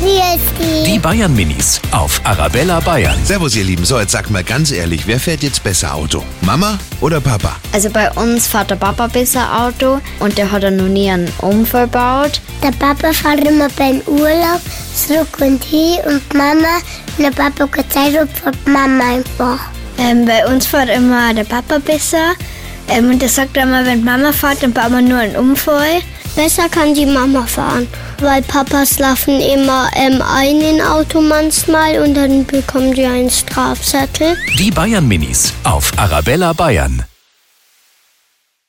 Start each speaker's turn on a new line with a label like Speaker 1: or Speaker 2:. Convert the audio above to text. Speaker 1: Christi.
Speaker 2: Die Bayern Minis auf Arabella Bayern.
Speaker 3: Servus, ihr Lieben. So, jetzt sag mal ganz ehrlich, wer fährt jetzt besser Auto? Mama oder Papa?
Speaker 4: Also bei uns fährt der Papa besser Auto und der hat ja noch nie einen Unfall gebaut.
Speaker 1: Der Papa fährt immer beim Urlaub zurück und hin und Mama, wenn der Papa keine Zeit hat, fährt Mama einfach.
Speaker 4: Ähm, bei uns fährt immer der Papa besser. Ähm, und der sagt immer, wenn Mama fährt, dann baut man nur einen Unfall.
Speaker 1: Besser kann die Mama fahren, weil Papas schlafen immer ähm, ein in Auto manchmal und dann bekommen die einen Strafzettel.
Speaker 2: Die Bayern Minis auf Arabella Bayern.